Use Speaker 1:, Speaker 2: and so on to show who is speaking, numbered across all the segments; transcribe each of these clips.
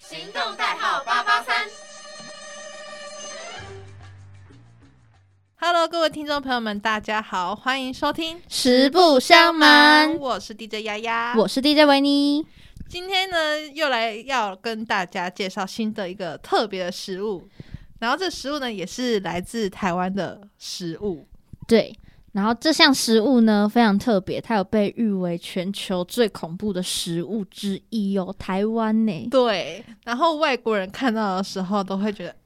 Speaker 1: 行动代号八八三。
Speaker 2: Hello，各位听众朋友们，大家好，欢迎收听《
Speaker 3: 实不相瞒，
Speaker 2: 我是 DJ 丫丫。
Speaker 3: 我是 DJ 维尼。
Speaker 2: 今天呢，又来要跟大家介绍新的一个特别的食物，然后这食物呢，也是来自台湾的食物。
Speaker 3: 对，然后这项食物呢非常特别，它有被誉为全球最恐怖的食物之一哦，台湾呢。
Speaker 2: 对，然后外国人看到的时候都会觉得，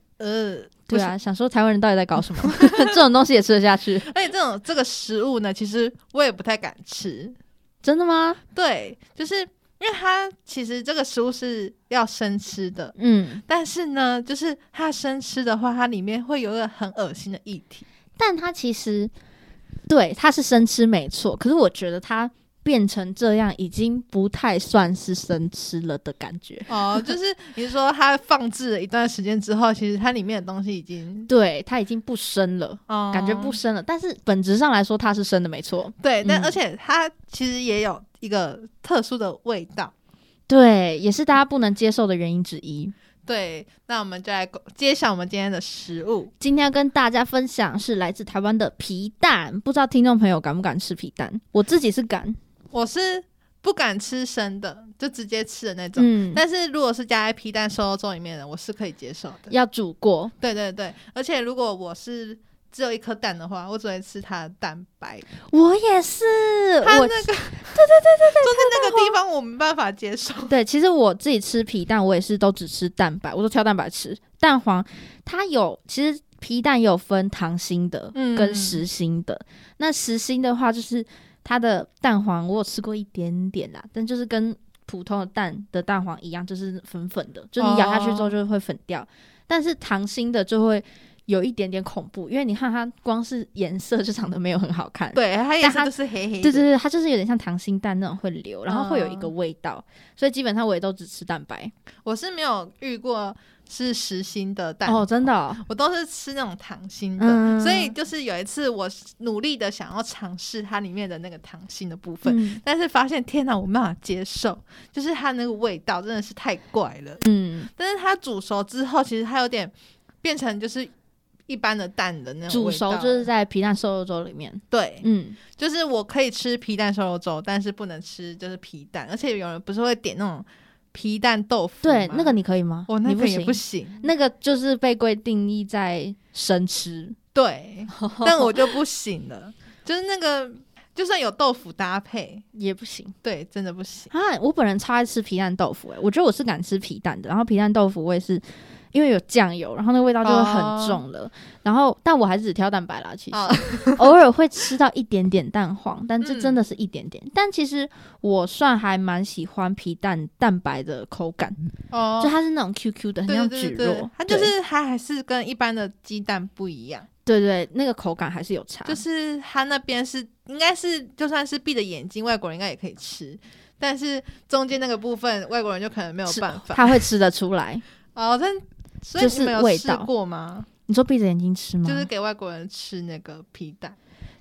Speaker 2: 呃，
Speaker 3: 对啊，想说台湾人到底在搞 什么？这种东西也吃得下去？
Speaker 2: 不行，而且这种这个食物呢，其实我也不太敢吃。
Speaker 3: 真的吗？
Speaker 2: 对，就是因为它其实这个食物是要生吃的，
Speaker 3: 嗯，
Speaker 2: 但是呢，就是它生吃的话，它里面会有一个很恶心的液体。
Speaker 3: 但它其实对它是生吃没错，可是我觉得它变成这样已经不太算是生吃了的感觉。
Speaker 2: 哦，就是 你说它放置了一段时间之后，其实它里面的东西已经、
Speaker 3: 对，它已经不生了，
Speaker 2: 哦
Speaker 3: 感觉不生了。但是本质上来说，它是生的没错。
Speaker 2: 对，但
Speaker 3: 嗯
Speaker 2: 而且它其实也有一个特殊的味道。
Speaker 3: 对，也是大家不能接受的原因之一。
Speaker 2: 对，那我们就来揭晓我们今天的食物。
Speaker 3: 今天要跟大家分享是来自台湾的皮蛋，不知道听众朋友敢不敢吃皮蛋？我自己是敢，
Speaker 2: 我是不敢吃生的，就直接吃的那种。
Speaker 3: 嗯，
Speaker 2: 但是如果是加在皮蛋瘦肉粥里面的，我是可以接受的。
Speaker 3: 要煮过，
Speaker 2: 对对对，而且如果我是只有一颗蛋的话，我只会吃它的蛋白。
Speaker 3: 我也是，
Speaker 2: 它
Speaker 3: 我
Speaker 2: 那个，对对对对对，就是那个地方我没办法接受。
Speaker 3: 对，其实我自己吃皮蛋，我也是都只吃蛋白，我都挑蛋白吃。蛋黄它有，其实皮蛋也有分糖心的
Speaker 2: 嗯
Speaker 3: 跟实心的。那实心的话，就是它的蛋黄我有吃过一点点啦，但就是跟普通的蛋的蛋黄一样，就是粉粉的，就是你咬下去
Speaker 2: 哦
Speaker 3: 之后就会粉掉。但是糖心的就会有一点点恐怖，因为你看它光是颜色就长得没有很好看。
Speaker 2: 对，它也
Speaker 3: 但
Speaker 2: 是
Speaker 3: 它
Speaker 2: 就是黑黑的。
Speaker 3: 对对对，它就是有点像溏心蛋那种会流，然后会有一个
Speaker 2: 哦
Speaker 3: 味道，所以基本上我也都只吃蛋白。
Speaker 2: 我是没有遇过是实心的蛋，
Speaker 3: 哦，真的哦、
Speaker 2: 我都是吃那种溏心的。
Speaker 3: 嗯
Speaker 2: 所以就是有一次我努力的想要尝试它里面的那个溏心的部分。
Speaker 3: 嗯
Speaker 2: 但是发现天哪，我没办法接受，就是它那个味道真的是太怪了。
Speaker 3: 嗯，
Speaker 2: 但是它煮熟之后，其实它有点变成就是一般的蛋的那种
Speaker 3: 煮
Speaker 2: 味
Speaker 3: 熟
Speaker 2: 道
Speaker 3: 就是在皮蛋瘦肉粥里面。
Speaker 2: 对，
Speaker 3: 嗯，
Speaker 2: 就是我可以吃皮蛋瘦肉粥，但是不能吃就是皮蛋，而且有人不是会点那种皮蛋豆腐
Speaker 3: 对，
Speaker 2: 吗
Speaker 3: 那个你可以吗？
Speaker 2: 我那
Speaker 3: 你
Speaker 2: 个
Speaker 3: 不
Speaker 2: 也
Speaker 3: 行，
Speaker 2: 不行，
Speaker 3: 那个就是被规定义在生吃。
Speaker 2: 对，但我就不行了，就是那个就算有豆腐搭配，
Speaker 3: 也不行
Speaker 2: 对，真的不行。
Speaker 3: 啊！我本人超爱吃皮蛋豆腐、欸，我觉得我是敢吃皮蛋的。然后皮蛋豆腐我也是，因为有酱油，然后那味道就会
Speaker 2: 哦
Speaker 3: 很重了。然后，但我还是只挑蛋白啦。其实、
Speaker 2: 啊，
Speaker 3: 偶尔会吃到一点点蛋黄，但这
Speaker 2: 嗯
Speaker 3: 真的是一点点。但其实我算还蛮喜欢皮蛋蛋白的口感，
Speaker 2: 哦
Speaker 3: 就它是那种 QQ 的，很
Speaker 2: 对
Speaker 3: 像
Speaker 2: 对
Speaker 3: 蒟
Speaker 2: 对对
Speaker 3: 蒻
Speaker 2: 对，，它就
Speaker 3: 对
Speaker 2: 是它还是跟一般的鸡蛋不一样，
Speaker 3: 对对，那个口感还是有差。
Speaker 2: 就是它那边是应该是就算是闭着眼睛，外国人应该也可以吃，但是中间那个部分外国人就可能没有
Speaker 3: 吃
Speaker 2: 办法。
Speaker 3: 它会吃得出来。
Speaker 2: 哦，但所以
Speaker 3: 就
Speaker 2: 你
Speaker 3: 是
Speaker 2: 们有
Speaker 3: 味
Speaker 2: 试
Speaker 3: 道嗯
Speaker 2: 过吗？
Speaker 3: 你说闭着眼睛吃吗？
Speaker 2: 就是给外国人吃那个皮蛋，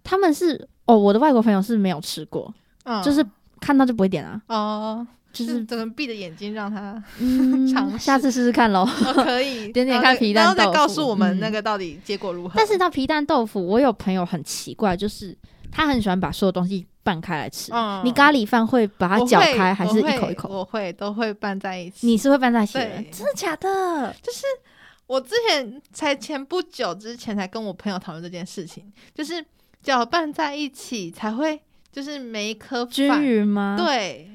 Speaker 3: 他们是哦，我的外国朋友是没有吃过，
Speaker 2: 嗯
Speaker 3: 就是看到就不会点啊，
Speaker 2: 哦，
Speaker 3: 就
Speaker 2: 就是
Speaker 3: 是
Speaker 2: 只能闭着眼睛让 他
Speaker 3: 嗯
Speaker 2: 尝，试
Speaker 3: 下次试试看喽。
Speaker 2: 哦可以
Speaker 3: 点点
Speaker 2: 然后
Speaker 3: 看
Speaker 2: 再
Speaker 3: 皮蛋
Speaker 2: 然后再
Speaker 3: 豆
Speaker 2: 告
Speaker 3: 腐
Speaker 2: 诉我们
Speaker 3: 嗯
Speaker 2: 那个到底结果如何。
Speaker 3: 但是到皮蛋豆腐，我有朋友很奇怪，就是他很喜欢把所有东西拌开来吃。
Speaker 2: 嗯
Speaker 3: 你咖喱饭会把它
Speaker 2: 我
Speaker 3: 搅
Speaker 2: 会
Speaker 3: 开，还
Speaker 2: 我
Speaker 3: 是一
Speaker 2: 会
Speaker 3: 口一口？
Speaker 2: 我会都会拌在一起。
Speaker 3: 你是会拌在一起的
Speaker 2: 对，
Speaker 3: 真的假的？
Speaker 2: 我之前才前不久之前才跟我朋友讨论这件事情，就是搅拌在一起才会，就是每一颗
Speaker 3: 均
Speaker 2: 饭
Speaker 3: 匀吗？，
Speaker 2: 对，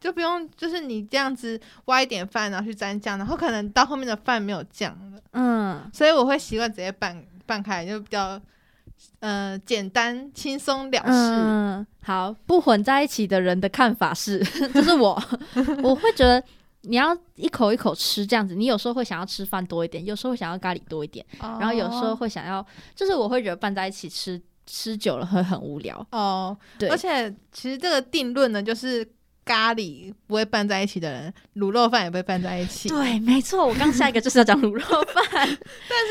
Speaker 2: 就不用就是你这样子挖一点饭，然后去沾酱，然后可能到后面的饭没有酱了，
Speaker 3: 嗯，
Speaker 2: 所以我会习惯直接拌拌开，就比较呃简单轻松了事。
Speaker 3: 嗯，好，不混在一起的人的看法是， 就 是我，我会觉得你要一口一口吃这样子，你有时候会想要吃饭多一点，有时候会想要咖喱多一点，
Speaker 2: 哦
Speaker 3: 嗯然后有时候会想要，就是我会觉得拌在一起吃吃久了会很无聊。
Speaker 2: 哦，
Speaker 3: 对
Speaker 2: 而且其实这个定论呢，就是咖喱不会拌在一起的人，卤肉饭也不会拌在一起。
Speaker 3: 对，没错，我刚下一个就是要讲卤肉饭，
Speaker 2: 但是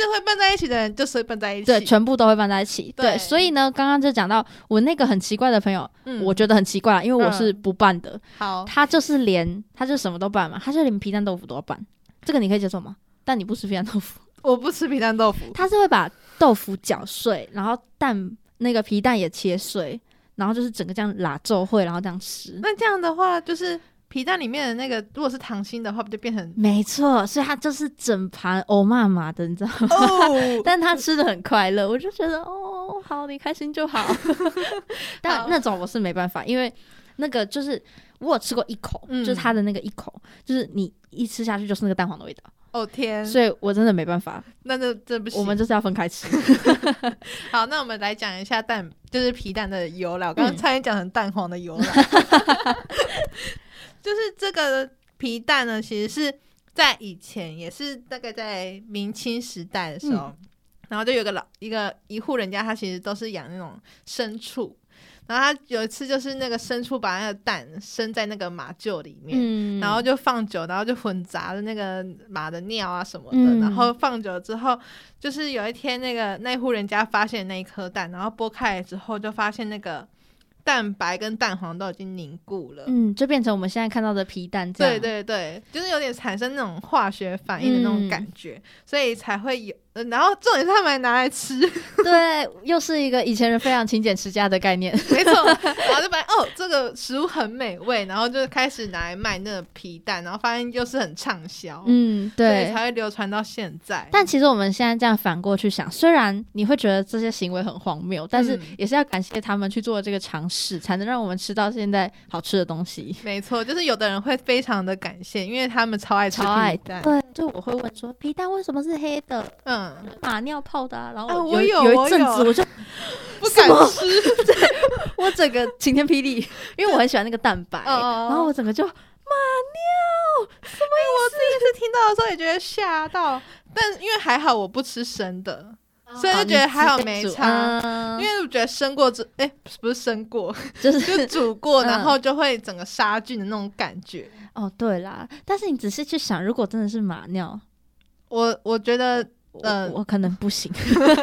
Speaker 2: 会拌在一起的人就是会拌在一起。
Speaker 3: 对， 全部都会拌在一起。
Speaker 2: 对
Speaker 3: 对，所以呢，刚刚就讲到我那个很奇怪的朋友，
Speaker 2: 嗯
Speaker 3: 我觉得很奇怪，因为我是
Speaker 2: 嗯
Speaker 3: 不拌的，
Speaker 2: 好
Speaker 3: 他就是连他就什么都拌嘛，他就连皮蛋豆腐都要拌。这个你可以接受吗？但你不吃皮蛋豆腐，
Speaker 2: 我不吃皮蛋豆腐，
Speaker 3: 它是会把豆腐搅碎，然后蛋那个皮蛋也切碎，然后就是整个这样拉皱会，然后这样吃。
Speaker 2: 那这样的话就是皮蛋里面的那个，如果是溏心的话，不就变 成
Speaker 3: 没错，所以它就是整盘欧妈妈的，你知道 吗？
Speaker 2: 哦
Speaker 3: 但他吃的很快乐，我就觉得哦，好，你开心就好。 但
Speaker 2: 好
Speaker 3: 那种我是没办法，因为那个就是我有吃过一口，
Speaker 2: 嗯
Speaker 3: 就是它的那个一口，就是你一吃下去就是那个蛋黄的味道，
Speaker 2: 哦天，
Speaker 3: 所以我真的没办法，
Speaker 2: 那这这 不行。
Speaker 3: 我们就是要分开吃。
Speaker 2: 好，那我们来讲一下蛋，就是皮蛋的由来。我刚刚
Speaker 3: 嗯
Speaker 2: 差点讲成蛋黄的由来，就是这个皮蛋呢，其实是在以前，也是大概在明清时代的时候，然后就有个老一个一户人家，他其实都是养那种牲畜，然后他有一次就是那个牲畜把那个蛋生在那个马厩里面，
Speaker 3: 嗯
Speaker 2: 然后就放久，然后就混杂了那个马的尿啊什么的，
Speaker 3: 嗯
Speaker 2: 然后放久了之后，就是有一天那个那户人家发现那一颗蛋，然后剥开来之后就发现那个蛋白跟蛋黄都已经凝固了。
Speaker 3: 嗯，就变成我们现在看到的皮蛋这样。
Speaker 2: 对对对，就是有点产生那种化学反应的那种
Speaker 3: 嗯
Speaker 2: 感觉，所以才会有。呃然后重点是他们还拿来吃，
Speaker 3: 对，又是一个以前人非常勤俭持家的 概念。
Speaker 2: 没错，然后就发现哦，这个食物很美味，然后就开始拿来卖那个皮蛋，然后发现又是很畅销，
Speaker 3: 嗯，
Speaker 2: 哦所以
Speaker 3: 对。
Speaker 2: 才会流传到现在。
Speaker 3: 但其实我们现在这样反过去想，虽然你会觉得这些行为很荒谬，但是
Speaker 2: 嗯
Speaker 3: 也是要感谢他们去做这个尝试，才能让我们吃到现在好吃的东西。
Speaker 2: 没错，就是有的人会非常的感谢，因为他们超爱吃
Speaker 3: 超爱
Speaker 2: 皮蛋。
Speaker 3: 对，就我会问说，皮蛋为什么是黑的？
Speaker 2: 嗯，
Speaker 3: 马尿泡的、啊。然
Speaker 2: 啊
Speaker 3: 后
Speaker 2: 我有
Speaker 3: 有
Speaker 2: 我
Speaker 3: 一阵子，
Speaker 2: 有
Speaker 3: 我就
Speaker 2: 不敢
Speaker 3: 什么
Speaker 2: 吃。
Speaker 3: 我整个晴天霹雳，因为我很喜欢那个蛋白，
Speaker 2: 哦哦哦
Speaker 3: 然后我整个就
Speaker 2: 我第一次听到的时候也觉得吓到，但因为还好我不吃生的，所以就觉得还好
Speaker 3: 啊
Speaker 2: 没差。因
Speaker 3: 嗯
Speaker 2: 为我觉得生过之，哎、不是生过，
Speaker 3: 就是
Speaker 2: 就煮过，
Speaker 3: 嗯
Speaker 2: 然后就会整个杀菌的那种感觉。
Speaker 3: 哦，对啦，但是你仔细去想，如果真的是马尿，
Speaker 2: 我我觉得
Speaker 3: 我、
Speaker 2: 嗯
Speaker 3: 我可能不行。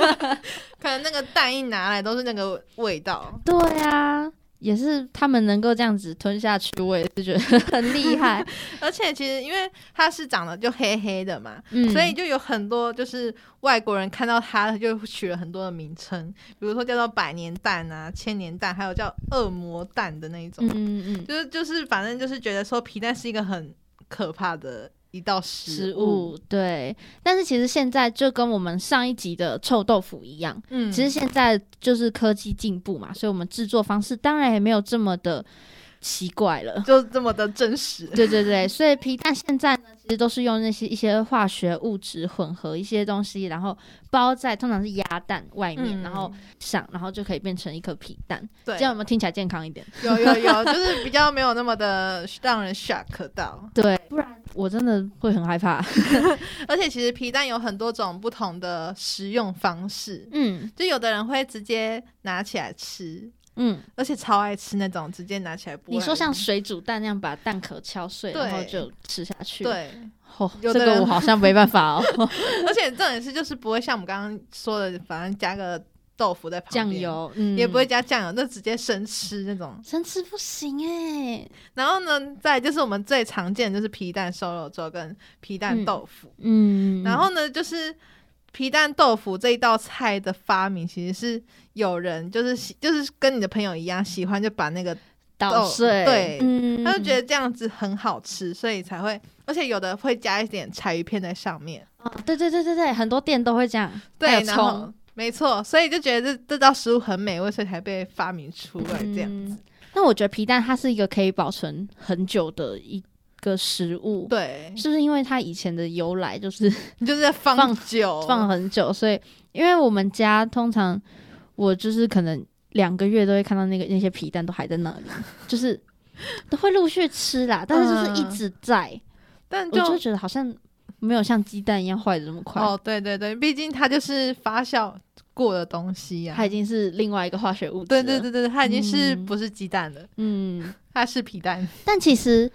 Speaker 2: 可能那个蛋一拿来都是那个味道，
Speaker 3: 对啊，也是他们能够这样子吞下去，我也是觉得很厉 害。
Speaker 2: 而且其实因为它是长得就黑黑的嘛，
Speaker 3: 嗯，
Speaker 2: 所以就有很多就是外国人看到它就取了很多的名称，比如说叫做百年蛋啊、千年蛋，还有叫恶魔蛋的那一种，
Speaker 3: 嗯嗯嗯，
Speaker 2: 就是就是反正就是觉得说皮蛋是一个很可怕的一道食
Speaker 3: 食物对，但是其实现在就跟我们上一集的臭豆腐一样，
Speaker 2: 嗯，
Speaker 3: 其实现在就是科技进步嘛，所以我们制作方式当然也没有这么的奇怪了。
Speaker 2: 就这么的真实。
Speaker 3: 对对对，所以皮蛋现在呢，其实都是用那些一些化学物质混合一些东西，然后包在通常是鸭蛋外
Speaker 2: 嗯
Speaker 3: 面，然后上，然后就可以变成一颗皮蛋。
Speaker 2: 对
Speaker 3: 这，样有没有听起来健康一点？
Speaker 2: 有有有，就是比较没有那么的让人 shock 到。
Speaker 3: 对，不然我真的会很害怕。
Speaker 2: 而且其实皮蛋有很多种不同的食用方式，
Speaker 3: 嗯
Speaker 2: 就有的人会直接拿起来吃，
Speaker 3: 嗯，
Speaker 2: 而且超爱吃那种直接拿起来剥来吃。
Speaker 3: 你说像水煮蛋那样把蛋壳敲碎，
Speaker 2: 对
Speaker 3: 然后就吃下去。，
Speaker 2: 对，
Speaker 3: 哦，
Speaker 2: 有
Speaker 3: 这
Speaker 2: 的人
Speaker 3: 个我好像没办法哦。
Speaker 2: 而且重点是就是不会像我们刚刚说的，反正加个豆腐在旁边
Speaker 3: 酱、油，嗯，
Speaker 2: 也不会加酱油，就直接生吃那种。
Speaker 3: 生吃不行哎、
Speaker 2: 然后呢，再来就是我们最常见的就是皮蛋瘦肉粥跟皮蛋豆腐。
Speaker 3: 嗯，
Speaker 2: 然后呢，就是皮蛋豆腐这一道菜的发明，其实是有人就是喜就是跟你的朋友一样喜欢，就把那个
Speaker 3: 捣
Speaker 2: 豆
Speaker 3: 碎，
Speaker 2: 对
Speaker 3: 嗯，
Speaker 2: 他就觉得这样子很好吃，所以才会，而且有的会加一点柴鱼片在上面，
Speaker 3: 哦，对对对对对，很多店都会这样，还
Speaker 2: 对，
Speaker 3: 有
Speaker 2: 然
Speaker 3: 葱
Speaker 2: 后。没错，所以就觉得这这道食物很美味，所以才被发明出来这样。
Speaker 3: 嗯那我觉得皮蛋它是一个可以保存很久的一个食物，，
Speaker 2: 对，
Speaker 3: 是不是因为它以前的由来就是
Speaker 2: 你就是在放
Speaker 3: 放
Speaker 2: 久，
Speaker 3: 放很久，所以因为我们家通常我就是可能两个月都会看到那个那些皮蛋都还在那 里，就是都会陆续吃啦，但是就是一直在，
Speaker 2: 但
Speaker 3: 我就
Speaker 2: 啊就
Speaker 3: 觉得好像没有像鸡蛋一样坏的这么快。
Speaker 2: 哦，对对对，毕竟它就是发酵过的东西呀、
Speaker 3: 它已经是另外一个化学物质。
Speaker 2: 对对，对对，它已经是
Speaker 3: 嗯
Speaker 2: 不是鸡蛋了，
Speaker 3: 嗯，
Speaker 2: 它是皮蛋。
Speaker 3: 但其实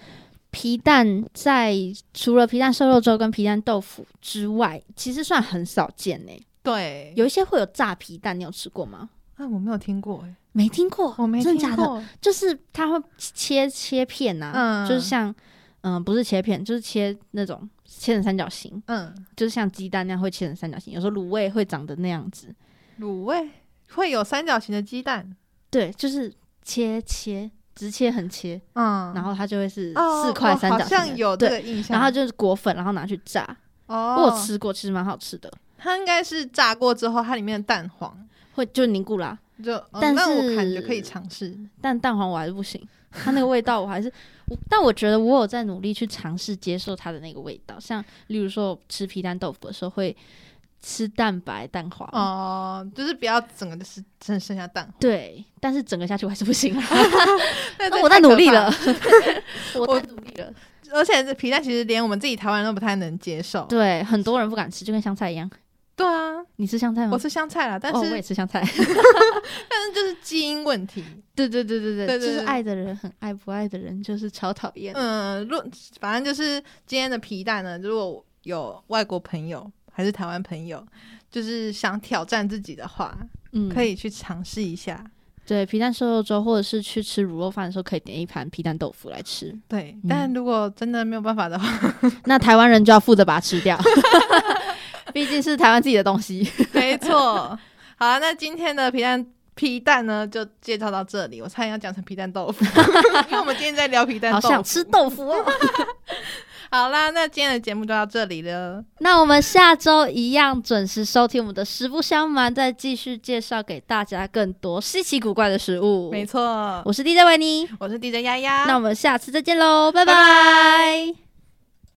Speaker 3: 皮蛋在除了皮蛋瘦肉粥跟皮蛋豆腐之外，其实算很少见呢、
Speaker 2: 嗯对，
Speaker 3: 有一些会有炸皮蛋，你有吃过吗？哦
Speaker 2: 啊，我没有听过、欸，
Speaker 3: 没听过，
Speaker 2: 我没
Speaker 3: 真
Speaker 2: 听
Speaker 3: 的假的？
Speaker 2: 过。
Speaker 3: 就是它会切切片啊，
Speaker 2: 嗯
Speaker 3: 就是像嗯、嗯、不是切片，就是切那种切成三角形，
Speaker 2: 嗯，
Speaker 3: 就是像鸡蛋那样会切成三角形。有时候卤味会长得那样子，
Speaker 2: 卤味会有三角形的鸡蛋，
Speaker 3: 对，就是切切直切横切，
Speaker 2: 嗯，
Speaker 3: 然后它就会是
Speaker 2: 哦
Speaker 3: 四块
Speaker 2: 我
Speaker 3: 三角
Speaker 2: 好
Speaker 3: 形的、
Speaker 2: 像有这个
Speaker 3: 对，
Speaker 2: 印象。
Speaker 3: 然后就是裹粉，然后拿去炸。我
Speaker 2: 哦，
Speaker 3: 有吃过，其实蛮好吃的，
Speaker 2: 它应该是炸过之后，它里面的蛋黄
Speaker 3: 会就凝固啦。
Speaker 2: 就，哦
Speaker 3: 但
Speaker 2: 那
Speaker 3: 是嗯
Speaker 2: 我感觉可以尝试。
Speaker 3: 但蛋黄我还是不行，它那个味道我还是，我但我觉得我有在努力去尝试接受它的那个味道，像例如说我吃皮蛋豆腐的时候会吃蛋白蛋黄，
Speaker 2: 哦，就是不要整个就是只剩下 蛋黄。
Speaker 3: 对，但是整个下去我还是不行 啦，
Speaker 2: 那
Speaker 3: 哦我在努力了，
Speaker 2: 了，
Speaker 3: 我在努力了，
Speaker 2: 而且这皮蛋其实连我们自己台湾人都不太能接受。
Speaker 3: 对，很多人不敢吃，就跟香菜一样，
Speaker 2: 对啊，
Speaker 3: 你吃香菜吗
Speaker 2: 我？吃香菜啦，但
Speaker 3: 哦，我也
Speaker 2: 是
Speaker 3: 吃香菜，
Speaker 2: 但是就是基因问题。
Speaker 3: 对对对对
Speaker 2: 对对
Speaker 3: 就是
Speaker 2: 对
Speaker 3: 爱的人很爱，不爱的人就是超讨厌。
Speaker 2: 嗯，如反正就是今天的皮蛋呢，如果有外国朋友还是台湾朋友，就是想挑战自己的话，
Speaker 3: 嗯，
Speaker 2: 可以去尝试一下。
Speaker 3: 对皮蛋瘦肉粥，或者是去吃卤肉饭的时候，可以点一盘皮蛋豆腐来吃。
Speaker 2: 对，但如果真的没有办法的话，
Speaker 3: 那台湾人就要负责把它吃掉， 毕竟是台湾自己的东西。
Speaker 2: 没错。好，那今天的皮蛋皮蛋呢，就介绍到这里。我差点要讲成皮蛋豆腐， 因为我们今天在聊皮蛋
Speaker 3: 好
Speaker 2: 豆腐。
Speaker 3: 想吃豆腐哦！
Speaker 2: 好啦，那今天的节目就到这里了。
Speaker 3: 那我们下周一样准时收听我们的《实不相瞒》，再继续介绍给大家更多稀奇古怪的食物。
Speaker 2: 没错，
Speaker 3: 我是 DJ 维尼，
Speaker 2: 我是 DJ 丫丫，
Speaker 3: 那我们下次再见喽，拜
Speaker 2: 拜
Speaker 3: 拜